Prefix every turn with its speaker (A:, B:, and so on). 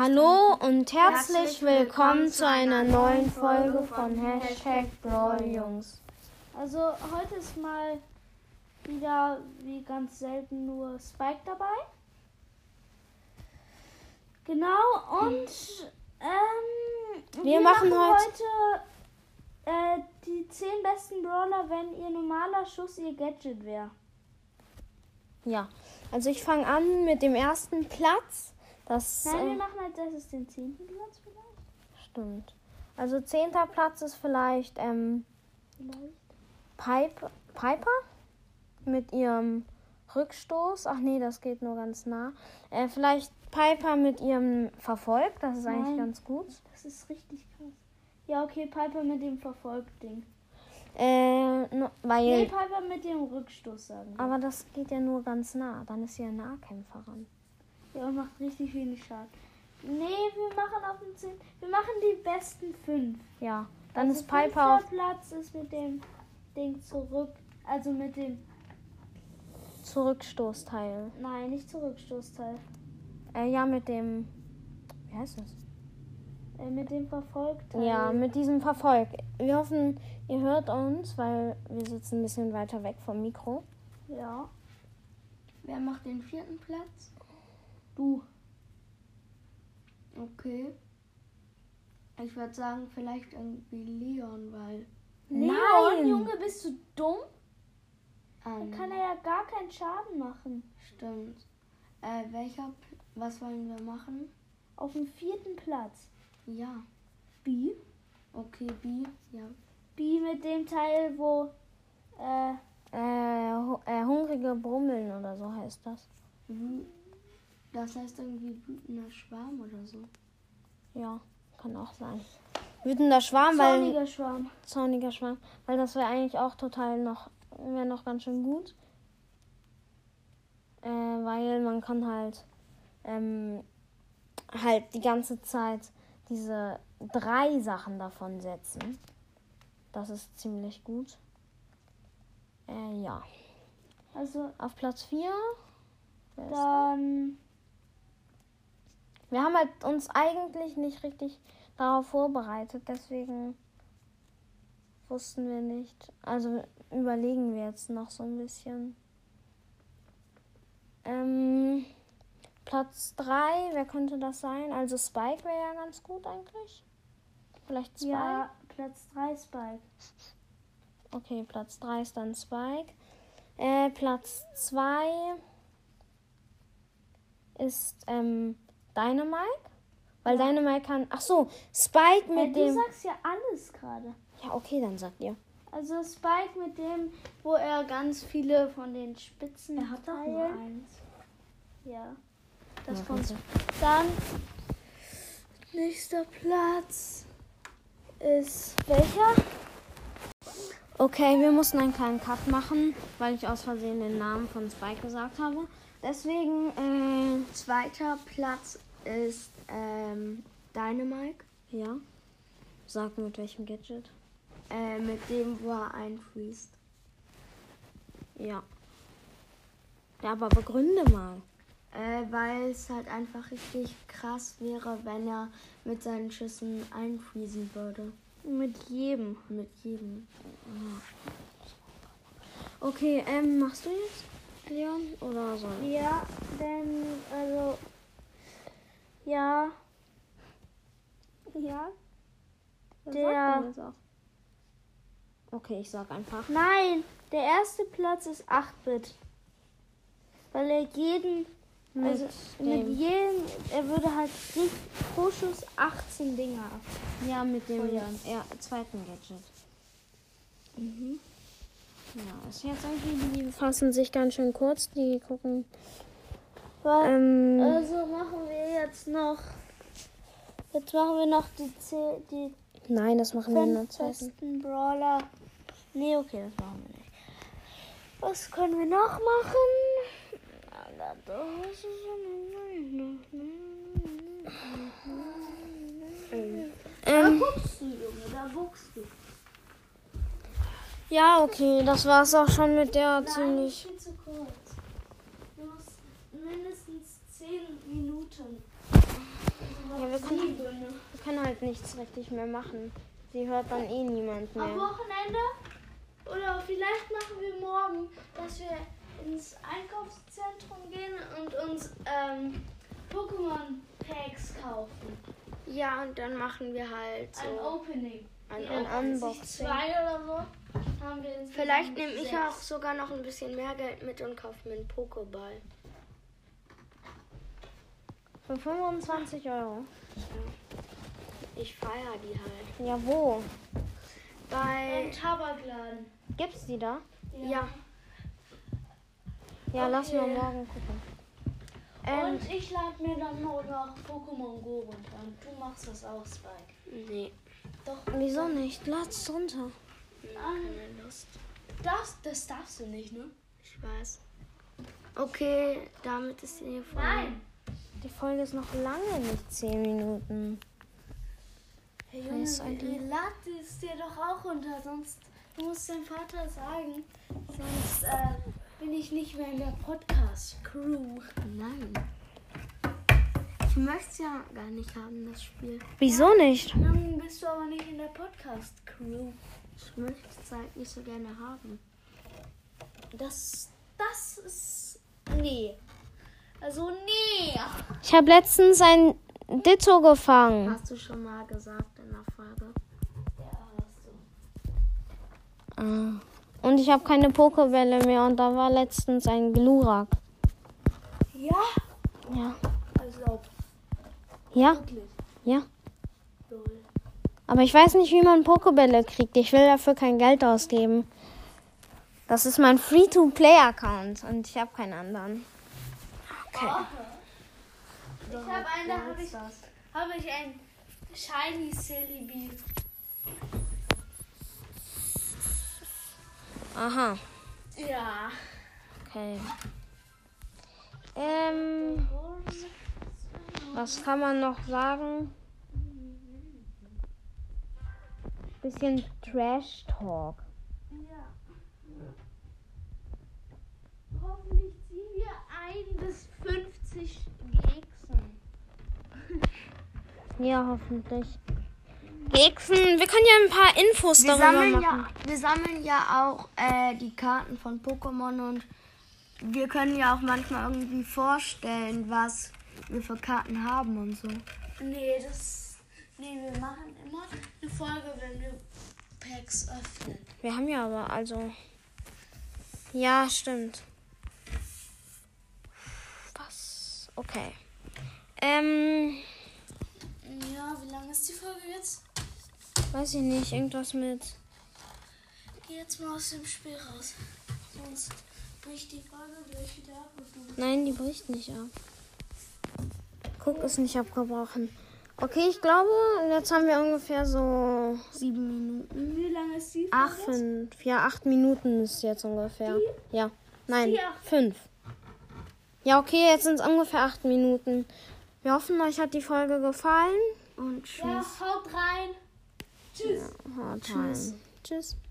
A: Hallo und herzlich willkommen zu einer neuen Folge von Hashtag Brawl Jungs.
B: Also heute ist mal wieder wie ganz selten nur Spike dabei. Genau und ähm,
A: Wir machen heute-
B: heute äh, die 10 besten Brawler, wenn ihr normaler Schuss ihr Gadget wäre.
A: Ja, also ich fange an mit dem ersten Platz. Das
B: Nein, wir
A: äh,
B: machen als erstes den 10. Platz vielleicht.
A: stimmt. Also zehnter Platz ist vielleicht ähm,
B: vielleicht.
A: Pipe, Piper mit ihrem Rückstoß. Ach nee, das geht nur ganz nah. Äh, vielleicht Piper mit ihrem Verfolg. Das ist eigentlich
B: Nein.
A: ganz gut.
B: Das ist richtig krass. Ja, okay, Piper mit dem Verfolgding.
A: Äh, no, weil
B: Nee, Piper mit dem Rückstoß sagen. wir.
A: Aber das geht ja nur ganz nah. Dann ist sie ja Nahkämpferin.
B: Ja, und macht richtig wenig Schaden. Nee, wir machen auf den 10. Wir machen die besten 5.
A: Ja, dann ist
B: fünfter
A: Piper auf
B: Platz ist mit dem Ding zurück. Also mit dem.
A: Zurückstoßteil.
B: Nein, nicht Zurückstoßteil.
A: Äh, ja, mit dem. Wie heißt das?
B: Äh, mit dem Verfolgteil.
A: Ja, mit diesem Verfolg. Wir hoffen, ihr hört uns, weil wir sitzen ein bisschen weiter weg vom Mikro.
B: Ja.
C: Wer macht den vierten Platz?
B: Du.
C: Okay. Ich würde sagen, vielleicht irgendwie Leon, weil.
B: Leon, Junge, bist du dumm? Dann
C: Ähm,
B: kann er ja gar keinen Schaden machen.
C: Stimmt. Äh, welcher. P- Was wollen wir machen?
B: Auf dem vierten Platz.
C: Ja.
B: B.
C: Okay, B. Ja.
B: B mit dem Teil, wo. Äh,
A: Äh, hu- äh, hungrige Brummeln oder so heißt das.
C: Wü- Das heißt irgendwie wütender Schwarm oder so.
A: Ja, kann auch sein. Wütender Schwarm, weil.
B: zorniger Schwarm.
A: Zorniger Schwarm. Weil das wäre eigentlich auch total noch. Wäre noch ganz schön gut. Äh, weil man kann halt. Ähm, halt die ganze Zeit diese drei Sachen davon setzen. Das ist ziemlich gut. Äh, ja.
B: Also
A: Auf Platz 4.
B: dann.
A: Wir haben halt uns eigentlich nicht richtig darauf vorbereitet, deswegen wussten wir nicht. Also überlegen wir jetzt noch so ein bisschen. Ähm, Platz 3, wer könnte das sein? Also Spike wäre ja ganz gut eigentlich. Vielleicht Spike?
B: Ja, Platz 3 Spike.
A: Okay, Platz 3 ist dann Spike. Äh, Platz 2 ist ähm, Dynamike. Weil Dynamike kann. Ach so, Spike
B: Äh,
A: mit
B: du
A: dem.
B: sagst ja alles gerade.
A: Ja, okay, dann sagt ihr.
B: Also Spike mit dem, wo er ganz viele von den Spitzen
C: Er hat doch nur
B: teilt.
C: eins.
B: Ja.
A: Das
B: kommt-
A: so.
B: Dann
C: Nächster Platz.
B: ist welcher?
A: Okay, wir mussten einen kleinen Cut machen, weil ich aus Versehen den Namen von Spike gesagt habe. Deswegen, äh,
C: Zweiter Platz ist ähm, Dynamike.
A: ja. Sag mit welchem Gadget.
C: Äh, mit dem, wo er einfriest.
A: Ja. Ja, aber begründe mal.
C: Äh, weil es halt einfach richtig krass wäre, wenn er mit seinen Schüssen einfriesen würde.
B: Mit jedem.
C: Mit jedem.
A: Okay, ähm, machst du jetzt, Leon? Oder soll ich?
B: Ja, denn, also. Ja. Ja. Der-
A: Okay, ich sag einfach.
B: Nein, der erste Platz ist 8-Bit. Weil er jeden
A: Mit
B: also mit
A: dem-
B: jedem, er würde halt richtig pro Schuss 18 Dinger ab.
A: Ja, mit dem
B: Feuer.
A: ja, zweiten Gadget.
C: Mhm.
A: Ja, ist jetzt irgendwie, die fassen sich ganz schön kurz, die gucken. Ähm,
C: Äh,
B: also machen wir jetzt noch. Jetzt machen wir noch die, zeh- die
A: nein, das machen wir in der
B: fünf
A: zweiten.
B: besten Brawler. Nee, okay, das machen wir nicht. Was können wir noch machen?
A: Ähm,
C: Wuchst du, Junge, da wuchst du.
A: ja, okay, das war's auch schon mit der ziemlich.
C: viel zu kurz. Du musst mindestens 10 Minuten.
A: Ja, wir können-
B: sieben. ne?
A: Wir können halt nichts richtig mehr machen. Sie hört dann eh niemand
B: Am
A: mehr.
B: Wochenende oder vielleicht machen wir morgen, dass wir ins Einkaufszentrum gehen und uns ähm, Pokémon Packs kaufen.
C: Ja, und dann machen wir halt
B: Ein
C: so
B: Opening.
C: ein
B: Jeder
C: Open.
B: kauft sich
A: Unboxing.
B: Zwei oder so. Haben wir insgesamt
C: Vielleicht nehme ich
B: sechs.
C: auch sogar noch ein bisschen mehr Geld mit und kaufe mir einen Pokéball.
A: Für 25 Euro.
C: Ich feiere die halt.
A: Ja, wo?
C: Bei
B: Ein Tabakladen.
A: Gibt's die da?
C: ja,
A: Ja, lass mal
B: Okay.
A: morgen gucken. Ähm,
B: Und ich lade mir dann morgen auch Pokémon Go runter. Und du machst das auch, Spike.
C: nee,
B: Doch,
A: wieso nicht? Lass runter.
C: keine Lust.
B: das, das darfst du nicht, ne?
C: Ich weiß. Okay, damit ist die Folge.
B: Nein.
A: Die Folge ist noch lange nicht 10 Minuten.
B: Hey
A: Heißt eigentlich-
B: Junge, lad es dir doch auch runter, sonst du musst deinem Vater sagen, sonst äh, bin ich nicht mehr in der Podcast-Crew.
C: Nein. Ich möchte es ja gar nicht haben, das Spiel.
A: Wieso nicht?
B: Dann bist du aber nicht in der Podcast-Crew.
C: Ich möchte es halt nicht so gerne haben.
B: Das, das ist, nee. Also, nee.
A: Ich habe letztens ein Ditto gefangen.
C: Hast du schon mal gesagt in der Folge?
B: Ja, hast du.
A: Ah. Und ich habe keine Pokebälle mehr und da war letztens ein Glurak.
B: Ja,
A: Ja.
B: also glaub,
A: Ja,
B: wirklich.
A: ja.
B: Lol.
A: Aber ich weiß nicht, wie man Pokebälle kriegt. Ich will dafür kein Geld ausgeben. Das ist mein Free-to-Play-Account und ich habe keinen anderen. Okay.
B: Ich habe einen, da habe ich, hab ich einen Shiny Silly Bee.
A: Aha.
B: Ja.
A: Okay. Ähm, was kann man noch sagen? Bisschen Trash Talk.
B: Ja. Hoffentlich ziehen wir ein bis 50 Gexen.
A: Ja, hoffentlich. Gexen, wir können ja ein paar Infos
C: Wir
A: darüber
C: sammeln,
A: machen.
C: ja, wir sammeln ja auch äh, die Karten von Pokémon und wir können ja auch manchmal irgendwie vorstellen, was wir für Karten haben und so.
B: Nee, das. Nee, wir machen immer eine Folge, wenn wir Packs öffnen.
A: Wir haben ja aber, also. Ja, stimmt. Was? Okay. Ähm,
B: Ja, wie lange ist die Folge jetzt?
A: weiß ich nicht, irgendwas mit.
B: Geh jetzt mal aus dem Spiel raus. Sonst bricht die Folge gleich wieder ab und du
A: Nein, die bricht nicht ab. Guck, ist nicht abgebrochen. Okay, ich glaube, jetzt haben wir ungefähr so
C: Sieben Minuten.
B: Wie lange ist die?
A: acht, fünf, ja, acht Minuten ist jetzt ungefähr. Ja, nein,
B: Die acht.
A: fünf. Ja, okay, jetzt sind es ungefähr acht Minuten. Wir hoffen, euch hat die Folge gefallen.
C: Und tschüss.
B: Ja, haut rein. Tschüss.
A: Tschüss. Tschüss.